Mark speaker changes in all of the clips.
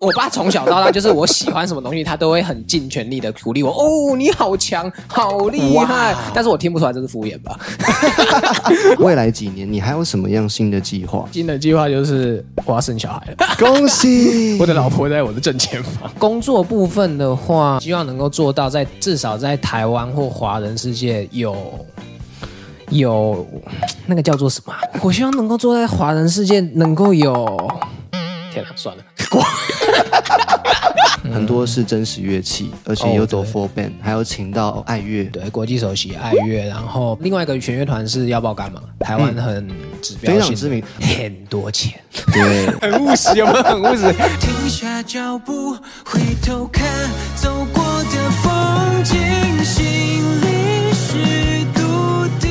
Speaker 1: 我爸从小到大就是我喜欢什么东西，他都会很尽全力的鼓励我。哦，你好强，好厉害！但是我听不出来这是敷衍吧？
Speaker 2: 未来几年你还有什么样新的计划？
Speaker 3: 新的计划就是我要生小孩了，
Speaker 2: 恭喜！
Speaker 3: 我的老婆在我的正前方。
Speaker 1: 工作部分的话，希望能够做到在至少在台湾或华人世界有有那个叫做什么啊？我希望能够做在华人世界能够有。天哪，算了，
Speaker 2: 很多是真实乐器，而且有走 f o r band，还有请到爱乐，
Speaker 1: 对，国际首席爱乐，然后另外一个弦乐团是要爆肝嘛，台湾很指
Speaker 3: 嗯
Speaker 1: 标性的、
Speaker 2: 非常知名
Speaker 1: 很多钱。
Speaker 2: 对，
Speaker 3: 很务实，有没有很务实？
Speaker 4: 停下脚步，回头看走过的风景，心里是笃定。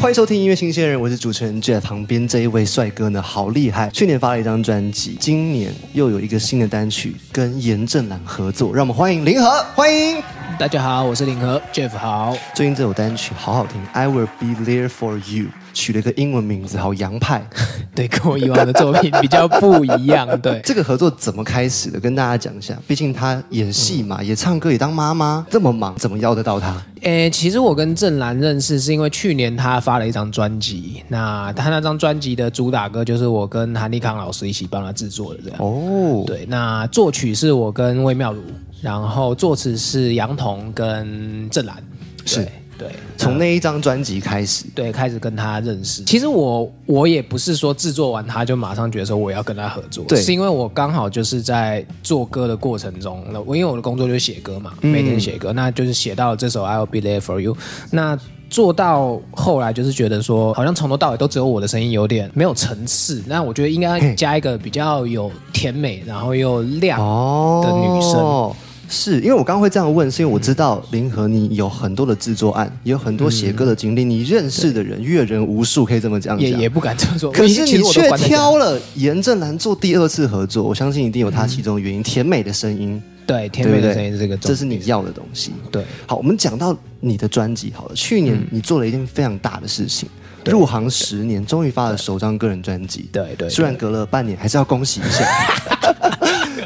Speaker 2: 欢迎收听音乐新鲜人，我是主持人 Jeff。旁边这一位帅哥呢，好厉害！去年发了一张专辑，今年又有一个新的单曲跟严正朗合作，让我们欢迎 林和，欢迎。
Speaker 1: 大家好，我是林和 Jeff，好，
Speaker 2: 最近这首单曲好好听，I will be there for you，取了个英文名字，好洋派。
Speaker 1: 对，跟我以往的作品比较不一样，对。
Speaker 2: 这个合作怎么开始的？跟大家讲一下，毕竟他演戏
Speaker 1: 嗯
Speaker 2: 嘛，也唱歌，也当妈妈，这么忙，怎么要得到他？
Speaker 1: 诶、其实我跟郑兰认识是因为去年他发了一张专辑，那他那张专辑的主打歌就是我跟韩立康老师一起帮他制作的，这样。
Speaker 2: 哦，
Speaker 1: 对，那作曲是我跟魏妙如，然后作词是杨彤跟郑兰，
Speaker 2: 是
Speaker 1: 对对。
Speaker 2: 从那一张专辑开始，
Speaker 1: 对，开始跟他认识。其实我我也不是说制作完他就马上觉得说我要跟他合作，
Speaker 2: 对
Speaker 1: 是因为我刚好就是在做歌的过程中，那我因为我的工作就是写歌嘛，
Speaker 2: 嗯
Speaker 1: 每天写歌，那就是写到这首 I'll Be There for You，那。做到后来就是觉得说，好像从头到尾都只有我的声音有点没有层次，那我觉得应该
Speaker 2: 嘿
Speaker 1: 加一个比较有甜美，然后又亮
Speaker 2: 哦
Speaker 1: 的女生。嗯
Speaker 2: 是因为我刚刚会这样问，是因为我知道林和你有很多的制作案，也有很多写歌的经历，你认识的人阅人无数，可以这么讲
Speaker 1: 嗯也
Speaker 2: 讲
Speaker 1: 也不敢这 么说。
Speaker 2: 可是
Speaker 1: 其
Speaker 2: 你
Speaker 1: 实我都
Speaker 2: 却
Speaker 1: 关在家
Speaker 2: 挑了严正兰做第二次合作，我相信一定有他其中的原因。甜美的声音，
Speaker 1: 对甜
Speaker 2: 对
Speaker 1: 美
Speaker 2: 不
Speaker 1: 的
Speaker 2: 对？
Speaker 1: 声音是这个重点，
Speaker 2: 这是你要的东西。
Speaker 1: 对。
Speaker 2: 好，我们讲到你的专辑好了。去年
Speaker 1: 嗯
Speaker 2: 你做了一件非常大的事情，入行十年，终于发了首张个人专辑。
Speaker 1: 对对
Speaker 2: 虽然隔了半年，还是要恭喜一下。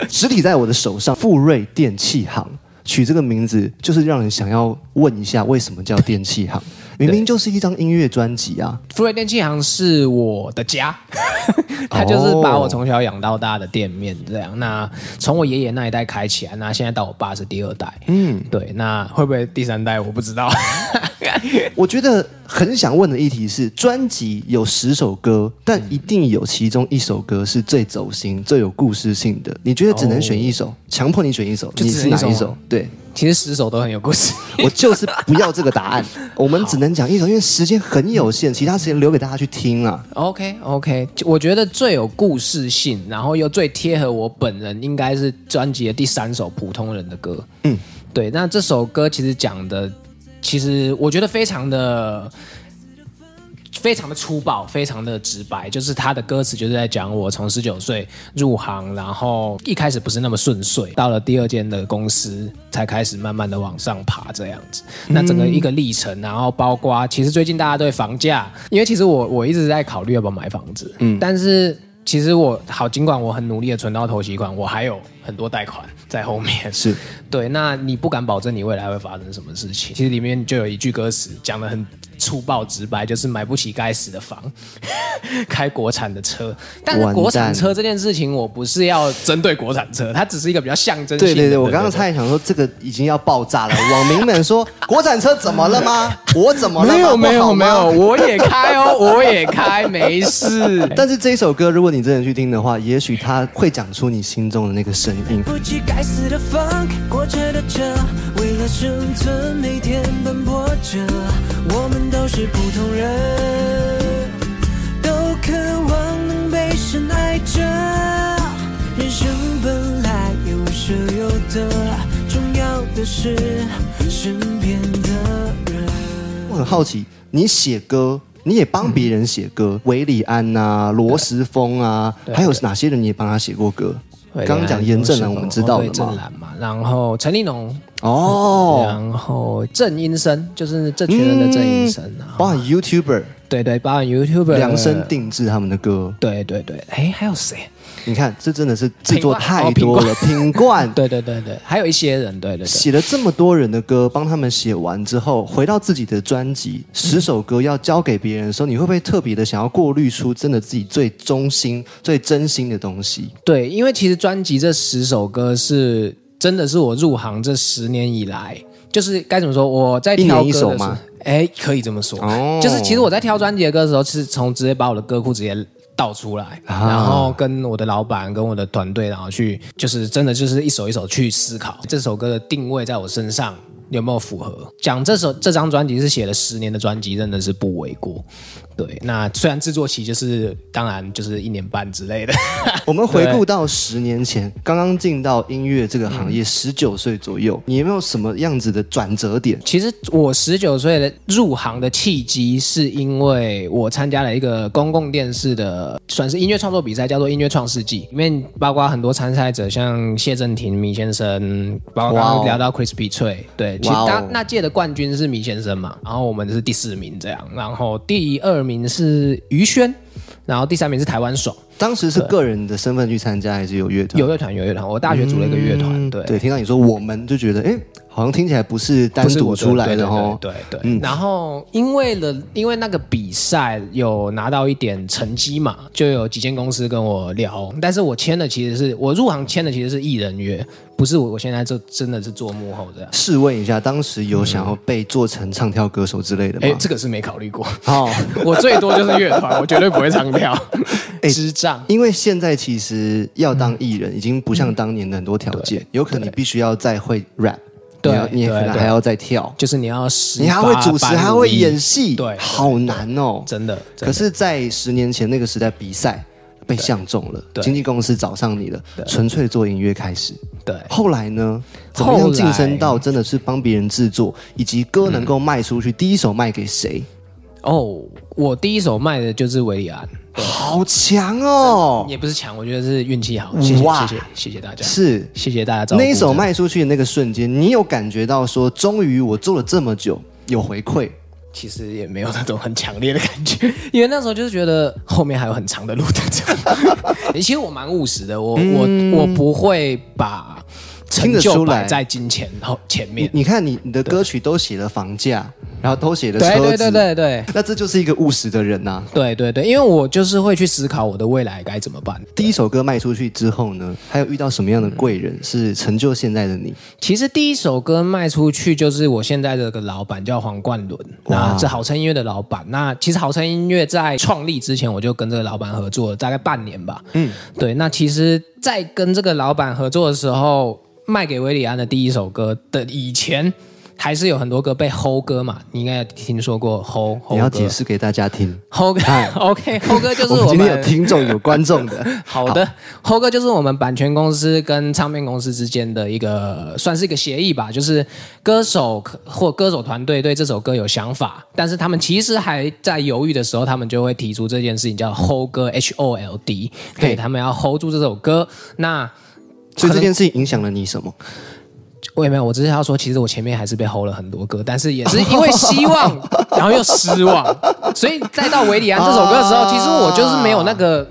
Speaker 2: 实体在我的手上，富瑞电器行取这个名字，就是让人想要问一下，为什么叫电器行？明明就是一张音乐专辑啊！
Speaker 1: 福瑞电器行是我的家， 它就是把我从小养到大的店面这样。那从我爷爷那一代开起来，那现在到我爸是第二代，嗯，对。那会不会第三代我不知道。
Speaker 2: 我觉得很想问的议题是，专辑有十首歌，但一定有其中一首歌是最走心、最有故事性的。你觉得只能选一首，强迫你选一首，
Speaker 1: 哦就
Speaker 2: 你
Speaker 1: 只
Speaker 2: 是
Speaker 1: 能
Speaker 2: 哪
Speaker 1: 一首
Speaker 2: 一
Speaker 1: 吗
Speaker 2: 首？对。
Speaker 1: 其实十首都很有故事。
Speaker 2: 我就是不要这个答案，我们只能讲一首，因为时间很有限，其他时间留给大家去 听啊。
Speaker 1: OK OK，我觉得最有故事性，然后又最贴合我本人，应该是专辑的第三首《普通人的歌》。嗯，对。那这首歌其实讲的，其实我觉得非常的。非常的粗暴，非常的直白，就是他的歌词就是在讲我从十九岁入行，然后一开始不是那么顺遂，到了第二间的公司才开始慢慢的往上爬这样子。那整个一个历程，然后包括其实最近大家对房价，因为其实我我一直在考虑要不要买房子，嗯，但是。其实我好，尽管我很努力的存到头期款，我还有很多贷款在后面。
Speaker 2: 是
Speaker 1: 对，那你不敢保证你未来会发生什么事情。其实里面就有一句歌词讲的很粗暴直白，就是买不起该死的房， 开国产的车。但是
Speaker 2: 完蛋
Speaker 1: 国产车这件事情，我不是要针对国产车，它只是一个比较象征性
Speaker 2: 对
Speaker 1: 的。
Speaker 2: 对对，我刚刚差点想说这个已经要爆炸了，网民们说国产车怎么 了吗？我怎么了吗？
Speaker 1: 没有没
Speaker 2: 不
Speaker 1: 有
Speaker 2: 好
Speaker 1: 没
Speaker 2: 吗
Speaker 1: 有，。 我也开哦，我也 开，没事。
Speaker 2: 但是这一首歌，如果你真的去听的话，也许它会讲出你心中的那个声音。
Speaker 4: 不计该死的房，过着的车，为了生存每天奔波着。我们都是普通人，都渴望能被深爱着。人生本来也无舍有得，重要的是身边的人。
Speaker 2: 我很好奇，你写歌，你也帮别人写歌，韦礼安啊、罗时丰啊，还有哪些人你也帮他写过歌？
Speaker 1: 对
Speaker 2: 刚刚讲严正兰，我们知道
Speaker 1: 哦对
Speaker 2: 了
Speaker 1: 郑
Speaker 2: 嘛？
Speaker 1: 兰嘛，然后陈立农，
Speaker 2: 哦，
Speaker 1: 然后郑英生，就是郑群人的郑英生
Speaker 2: 嗯
Speaker 1: 啊，
Speaker 2: 包含 YouTuber
Speaker 1: 对对，包含 YouTuber
Speaker 2: 量身定制他们的歌。
Speaker 1: 对对对，哎，还有谁？
Speaker 2: 你看，这真的是制作太多了，品冠。
Speaker 1: 哦 对对对对，还有一些人，对对对，
Speaker 2: 写了这么多人的歌，帮他们写完之后，回到自己的专辑，十
Speaker 1: 嗯
Speaker 2: 首歌要交给别人的时候，你会不会特别的想要过滤出真的自己最忠心、最真心的东西？
Speaker 1: 对，因为其实专辑这十首歌是真的是我入行这十年以来，就是该怎么说，我在
Speaker 2: 一年
Speaker 1: 挑
Speaker 2: 一
Speaker 1: 歌的时
Speaker 2: 首
Speaker 1: 候
Speaker 2: 吗，
Speaker 1: 哎，可以这么说，
Speaker 2: 哦
Speaker 1: 就是其实我在挑专辑的歌的时候，是从直接把我的歌库直接倒出来，
Speaker 2: 啊
Speaker 1: 然后跟我的老板、跟我的团队，然后去就是真的就是一首一首去思考这首歌的定位在我身上。有没有符合？讲这首这张专辑是写了十年的专辑，真的是不为过。对，那虽然制作期就是当然就是一年半之类的，
Speaker 2: 我们回顾到十年前，刚刚进到音乐这个行
Speaker 1: 嗯
Speaker 2: 业，十九岁左右，你有没有什么样子的转折点？
Speaker 1: 其实我十九岁的入行的契机，是因为我参加了一个公共电视的，算是音乐创作比赛，叫做音乐创世纪，里面包括很多参赛者，像谢震廷、米先生，包括刚
Speaker 2: 哇哦
Speaker 1: 刚聊到 Crispy 翠，对，其实
Speaker 2: 哇哦
Speaker 1: 当那届的冠军是米先生嘛，然后我们是第四名这样，然后第二名是于轩，然后第三名是台湾爽，
Speaker 2: 当时是个人的身份去参加，还是有乐团？
Speaker 1: 有乐团有乐团，我大学组了一个乐团，
Speaker 2: 嗯
Speaker 1: 对。
Speaker 2: 对，听到你说我们就觉得，哎，好像听起来不是单
Speaker 1: 不是
Speaker 2: 独
Speaker 1: 我
Speaker 2: 出来的哦。
Speaker 1: 对对对对
Speaker 2: 嗯
Speaker 1: 然后因为了，因为那个比赛有拿到一点成绩嘛，就有几间公司跟我聊，但是我签的其实是我入行签的其实是艺人约，不是我我现在就真的是做幕后的。
Speaker 2: 试问一下，当时有想要被做成唱跳歌手之类的
Speaker 1: 哎
Speaker 2: 吗，？
Speaker 1: 这个是没考虑过，
Speaker 2: 好，
Speaker 1: 我最多就是乐团，我绝对不会唱跳， 智障。
Speaker 2: 因为现在其实要当艺
Speaker 1: 嗯
Speaker 2: 人，已经不像当年的很多条件，有可能你必须要再会 rap，你
Speaker 1: 对
Speaker 2: 要你也可
Speaker 1: 对
Speaker 2: 能
Speaker 1: 对
Speaker 2: 还要再跳，
Speaker 1: 就是你要十
Speaker 2: 你还会主持，
Speaker 1: 八般武艺
Speaker 2: 还会演，戏，
Speaker 1: 对对
Speaker 2: 好难哦。
Speaker 1: 真的。真的
Speaker 2: 可是，在十年前那个时代，比赛被相中了，
Speaker 1: 对
Speaker 2: 经纪公司找上你了，纯粹做音乐开始。
Speaker 1: 对，
Speaker 2: 后来呢？怎么
Speaker 1: 后
Speaker 2: 样
Speaker 1: 来
Speaker 2: 晋升到真的是帮别人制作，以及歌能够卖出去，
Speaker 1: 嗯
Speaker 2: 第一首卖给谁？
Speaker 1: 哦，我第一首卖的就是维里安，
Speaker 2: 好强哦！
Speaker 1: 也不是强，我觉得是运气好。谢谢
Speaker 2: 哇
Speaker 1: 谢谢谢谢大家。
Speaker 2: 是
Speaker 1: 谢谢大家照顾。
Speaker 2: 那一首卖出去的那个瞬间，你有感觉到说，终于我做了这么久，有回馈。
Speaker 1: 其实也没有那种很强烈的感觉， 因为那时候就是觉得后面还有很长的路等着。 其实我蛮务实的，我、
Speaker 2: 嗯
Speaker 1: 我我不会把成
Speaker 2: 听得出
Speaker 1: 就
Speaker 2: 来
Speaker 1: 摆在金钱后前
Speaker 2: 你
Speaker 1: 面。
Speaker 2: 你看你，你的歌曲都写了房价，然后都写了车
Speaker 1: 对
Speaker 2: 子，
Speaker 1: 对对对对
Speaker 2: 那这就是一个务实的人呐、
Speaker 1: 对对对，因为我就是会去思考我的未来该怎么办。
Speaker 2: 第一首歌卖出去之后呢，还有遇到什么样的贵人是成就现在的你？
Speaker 1: 其实第一首歌卖出去就是我现在这个老板叫黄冠伦，那是好称音乐的老板。那其实好称音乐在创立之前，我就跟这个老板合作了大概半年吧。嗯，对。那其实，在跟这个老板合作的时候，卖给维里安的第一首歌的以前，还是有很多歌被吼歌嘛，你应该有听说过吼吼
Speaker 2: 你要解
Speaker 1: 歌。
Speaker 2: 释给大家听。
Speaker 1: 吼歌
Speaker 2: 哎
Speaker 1: ，OK，吼歌就是
Speaker 2: 们
Speaker 1: 我
Speaker 2: 今天有
Speaker 1: 们
Speaker 2: 听众有观 众的，
Speaker 1: 好的，猴哥就是我们版权公司跟唱片公司之间的一个，算是一个协议吧，就是歌手可或歌手团队对这首歌有想法，但是他们其实还在犹豫的时候，他们就会提出这件事情叫 hold 歌 H O L D，
Speaker 2: 嘿
Speaker 1: 对他们要 hold 住这首歌。那
Speaker 2: 所以这件事情影响了你什么？
Speaker 1: 我也没有，我只是要说，其实我前面还是被 hold 了很多歌，但是也是因为希望， 然后又失望，所以再到维里安这首歌的时候，
Speaker 2: 啊
Speaker 1: 其实我就是没有那个，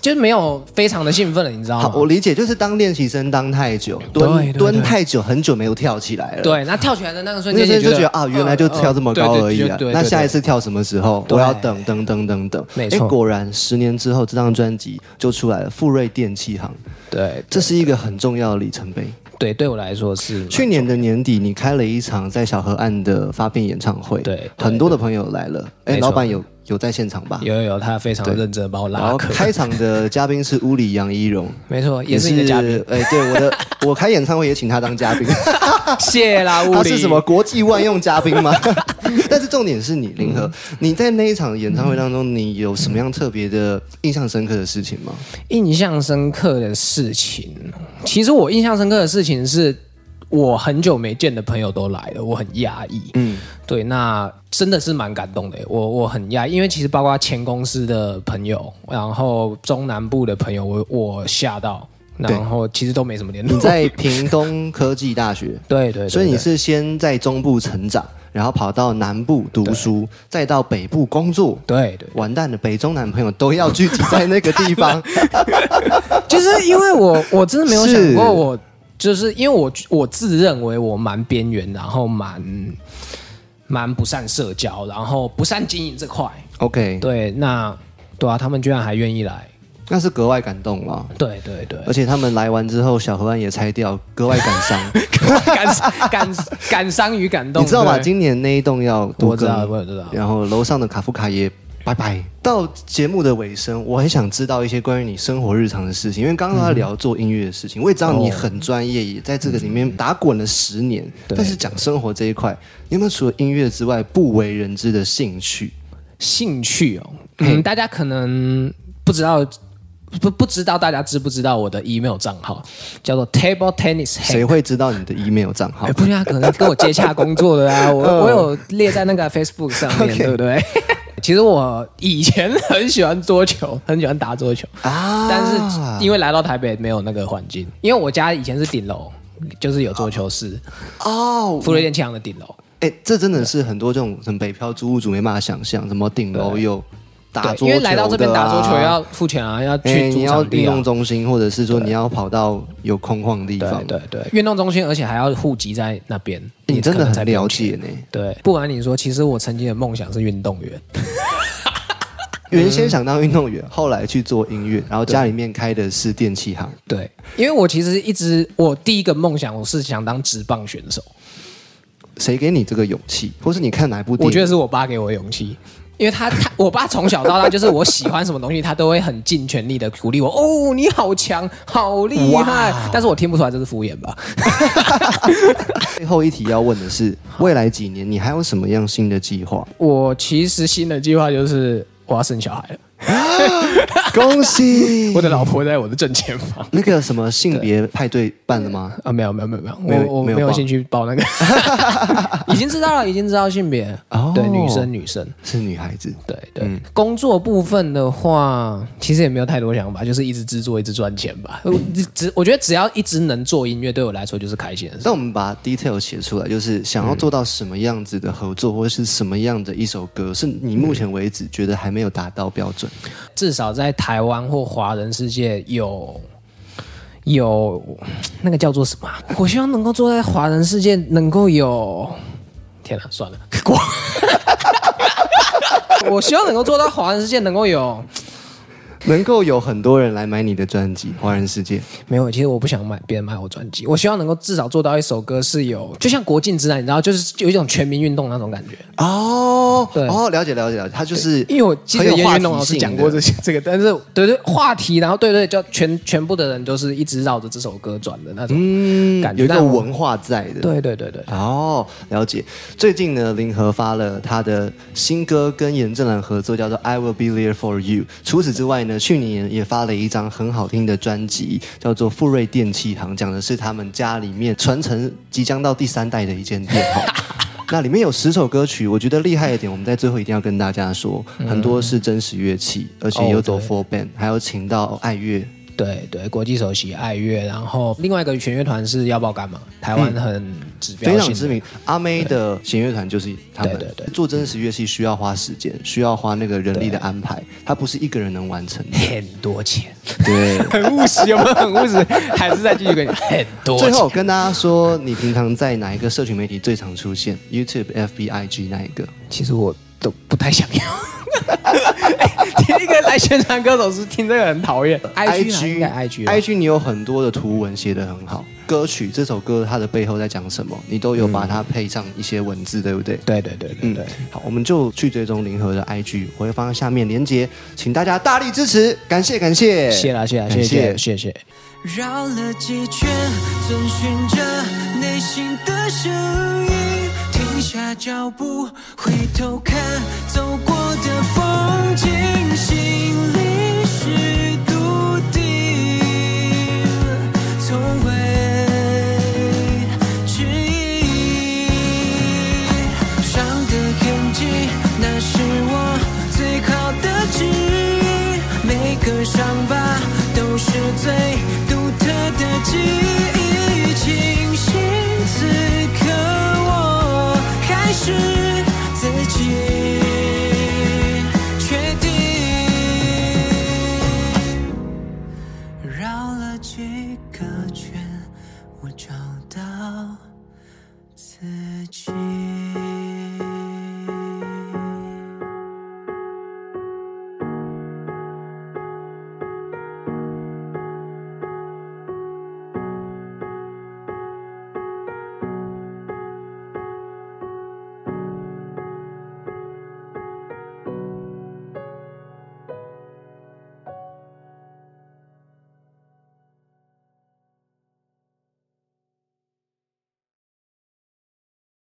Speaker 1: 就是没有非常的兴奋了，你知道
Speaker 2: 好
Speaker 1: 吗？，
Speaker 2: 我理解，就是当练习生当太久，蹲
Speaker 1: 对对对
Speaker 2: 蹲太久，很久没有跳起来了。
Speaker 1: 对，那跳起来的那个瞬
Speaker 2: 那
Speaker 1: 间，
Speaker 2: 些
Speaker 1: 你
Speaker 2: 就觉得
Speaker 1: 得呃
Speaker 2: 啊，原来就跳这么高而已啊。那下一
Speaker 1: 次，
Speaker 2: 次跳什么时候？
Speaker 1: 对
Speaker 2: 我要等等等等等。
Speaker 1: 没
Speaker 2: 诶
Speaker 1: 错
Speaker 2: 果然十年之后，这张专辑就出来了，《富瑞电器行》，
Speaker 1: 对
Speaker 2: 这是一个很重要的里程碑。
Speaker 1: 对，对我来说 是
Speaker 2: 去年的年底，你开了一场在小河岸的发片演唱会，
Speaker 1: 对对
Speaker 2: 很多的朋友来了。哎，
Speaker 1: 没错
Speaker 2: 老板有有在现场吧？
Speaker 1: 有有有，他非常
Speaker 2: 对
Speaker 1: 认真地帮我
Speaker 2: 然
Speaker 1: 拉
Speaker 2: 后
Speaker 1: 客，
Speaker 2: 开场的嘉宾是屋里杨一荣，
Speaker 1: 没错， 也是你的嘉宾，
Speaker 2: 也是。哎，对，我的我开演唱会也请他当嘉宾。
Speaker 1: 谢 啦，乌
Speaker 2: 他
Speaker 1: 里
Speaker 2: 是什么？国际万用嘉宾 吗？但是重点是你林
Speaker 1: 嗯
Speaker 2: 和，你在那一场演唱会当中，你有什么样特别的印象深刻的事情吗？
Speaker 1: 印象深刻的事情，其实我印象深刻的事情是。我很久没见的朋友都来了，我很压抑。嗯，对，那真的是蛮感动的。我我很压抑，因为其实包括前公司的朋友，然后中南部的朋友，我我吓到，
Speaker 2: 对
Speaker 1: 然后其实都没什么联络。
Speaker 2: 你在屏东科技大学，
Speaker 1: 对对对，
Speaker 2: 所以你
Speaker 1: 对
Speaker 2: 是先在中部成长，然后跑到南部读书，再到北部工作。
Speaker 1: 对 对，
Speaker 2: 完蛋了，北中南朋友都要聚集在那个 地方。
Speaker 1: 就是因为我我真的没有想
Speaker 2: 是
Speaker 1: 过我。就是因为我我自认为我蛮边缘，然后蛮蛮不善社交，然后不善经营这块。
Speaker 2: OK，
Speaker 1: 对，那对啊，他们居然还愿意来，
Speaker 2: 那是格外感动了。
Speaker 1: 对对对，
Speaker 2: 而且他们来完之后，小河岸也拆掉，格外感伤。
Speaker 1: 感感感伤与感动，
Speaker 2: 你知道吧？
Speaker 1: 对
Speaker 2: 今年那一栋要多
Speaker 1: 我知
Speaker 2: 更，
Speaker 1: 道，我知道。
Speaker 2: 然后楼上的卡夫卡也拜拜。到节目的尾声，我很想知道一些关于你生活日常的事情，因为刚刚都在聊做音乐的事情，我也知道你很专业，也在这个里面打滚了十年。
Speaker 1: 嗯对
Speaker 2: 但是讲生活这一块，你有没有除了音乐之外不为人知的兴趣？
Speaker 1: 兴趣哦，嗯，大家可能不知道，不不知道大家知不知道我的 email 账号叫做 table tennis
Speaker 2: 谁
Speaker 1: head。
Speaker 2: 会知道你的 email 账号
Speaker 1: 哎，？不对啊，可能跟我接洽工作的啊，我
Speaker 2: 嗯
Speaker 1: 我有列在那个 Facebook 上面，对不对？ 其实我以前很喜欢桌球，很喜欢打桌球，
Speaker 2: 啊
Speaker 1: 但是因为来到台北没有那个环境，因为我家以前是顶楼，就是有桌球室，
Speaker 2: 哦，
Speaker 1: 福瑞电器行的顶楼，
Speaker 2: 哎、这真的是很多这种什么北漂租屋主没办法想象，什么顶楼有啊打
Speaker 1: 对，
Speaker 2: 桌球、
Speaker 1: 因为来到这边打桌球要付钱啊，要
Speaker 2: 哎、
Speaker 1: 去
Speaker 2: 你
Speaker 1: 租
Speaker 2: 要
Speaker 1: 场
Speaker 2: 运
Speaker 1: 地啊
Speaker 2: 动。中心，或者是说你要跑到有空旷的地方
Speaker 1: 对，对对，运动中心，而且还要户籍在那边，
Speaker 2: 你真的
Speaker 1: 可能才
Speaker 2: 很
Speaker 1: 不用
Speaker 2: 了
Speaker 1: 钱。
Speaker 2: 解呢。
Speaker 1: 对，不瞒你说，其实我曾经的梦想是运动员。
Speaker 2: 原先想当运动
Speaker 1: 嗯
Speaker 2: 员，后来去做音乐，然后家里面开的是电器行。
Speaker 1: 对，因为我其实一直，我第一个梦想我是想当职棒选手，
Speaker 2: 谁给你这个勇气？或是你看哪部电影？
Speaker 1: 我觉得是我爸给我勇气。因为他他 我爸从小到大就是我喜欢什么东西，他都会很尽全力的鼓励我。哦，你好强，好厉害！但是我听不出来这是敷衍吧？
Speaker 2: 最后一题要问的 是，未来几年你还有什么样新的计划？
Speaker 1: 我其实新的计划就是我要生小孩了，
Speaker 2: 恭喜
Speaker 3: 我！的老婆在我的正前方
Speaker 2: 那个什么性别派对办了吗？
Speaker 1: 啊，没有没有没有
Speaker 2: 没
Speaker 1: 没
Speaker 2: 有
Speaker 1: 有，我我
Speaker 2: 没有
Speaker 1: 没有
Speaker 2: 报
Speaker 1: 兴趣报 那个，已经知道了，已经知道性别，
Speaker 2: 哦
Speaker 1: 对，女生女生，
Speaker 2: 是女孩子。
Speaker 1: 对对。工作部分的话，其实也没有太多想法，就是一直制作，一直赚钱吧。我只我觉得只要一直能做音乐，对我来说就是开心的事。
Speaker 2: 那我们把 detail 写出来，就是想
Speaker 1: 嗯
Speaker 2: 要做到什么样子的合作，或者是什么样的一首歌，是你目前为止觉得还没有达到标准。
Speaker 1: 至少在台湾或华人世界有。有那个叫做什么啊？我希望能够做在华人世界能够有，天哪、算了，过。 我希望能够做到华人世界能够有，
Speaker 2: 能够有很多人来买你的专辑《华人世界》，
Speaker 1: 没有，其实我不想买别人买我专辑，我希望能够至少做到一首歌是有，就像国境之南，你知道，就是有一种全民运动那种感觉。
Speaker 2: 哦，
Speaker 1: 对
Speaker 2: 哦，了解了解了解，他就是
Speaker 1: 因为我记得
Speaker 2: 很有
Speaker 1: 严
Speaker 2: 话
Speaker 1: 云龙老
Speaker 2: 题
Speaker 1: 师
Speaker 2: 性
Speaker 1: 讲过
Speaker 2: 的
Speaker 1: 这些这个，但是对对话题，然后对对，就全全部的人都是一直绕着这首歌转的那种感觉，
Speaker 2: 嗯有一个
Speaker 1: 但我
Speaker 2: 文化在的。
Speaker 1: 对对对对，
Speaker 2: 哦，了解。最近呢，林和发了他的新歌，跟严正兰合作，叫做《I Will Be There for You》。除此之外呢，去年也发了一张很好听的专辑，叫做《富瑞电器行》，讲的是他们家里面传承即将到第三代的一间店哈。那里面有十首歌曲，我觉得厉害一点，我们在最后一定要跟大家说，很多是真实乐器，而且有走
Speaker 1: 哦
Speaker 2: four band，、还有请到爱乐
Speaker 1: 对对，国际首席爱乐，然后另外一个弦乐团是要爆肝嘛，台湾很指标
Speaker 2: 非
Speaker 1: 性
Speaker 2: 常
Speaker 1: 的
Speaker 2: 知名。阿妹的弦乐团就是他们
Speaker 1: 对对对
Speaker 2: 做真实乐器需要花时间，需要花那个人力的安排，它不是一个人能完成的。
Speaker 1: 很多钱，
Speaker 2: 对。
Speaker 3: 很务实，有没有很务实？还是再继续跟你
Speaker 1: 很多
Speaker 2: 最
Speaker 1: 钱。
Speaker 2: 后跟大家说，你平常在哪一个社群媒体最常出现？YouTube、FB、IG 哪一个？
Speaker 1: 其实我都不太想要。 哎听一个来宣传歌手是听这个很讨厌。IG 啊应该 IG 啊
Speaker 2: IG 你有很多的图文写得很好，歌曲这首歌它的背后在讲什么，你都有把它配上一些文字，对不对？
Speaker 1: 对对对对
Speaker 2: 嗯
Speaker 1: 对，，
Speaker 2: 好，我们就去追踪林和的 IG，我会放在下面连接，请大家大力支持，感谢感谢，
Speaker 1: 谢啦谢啦谢
Speaker 2: 感
Speaker 1: 谢谢谢。
Speaker 4: 绕了几圈，遵循着内心的声音，停下脚步，回头看走过的风景，心里是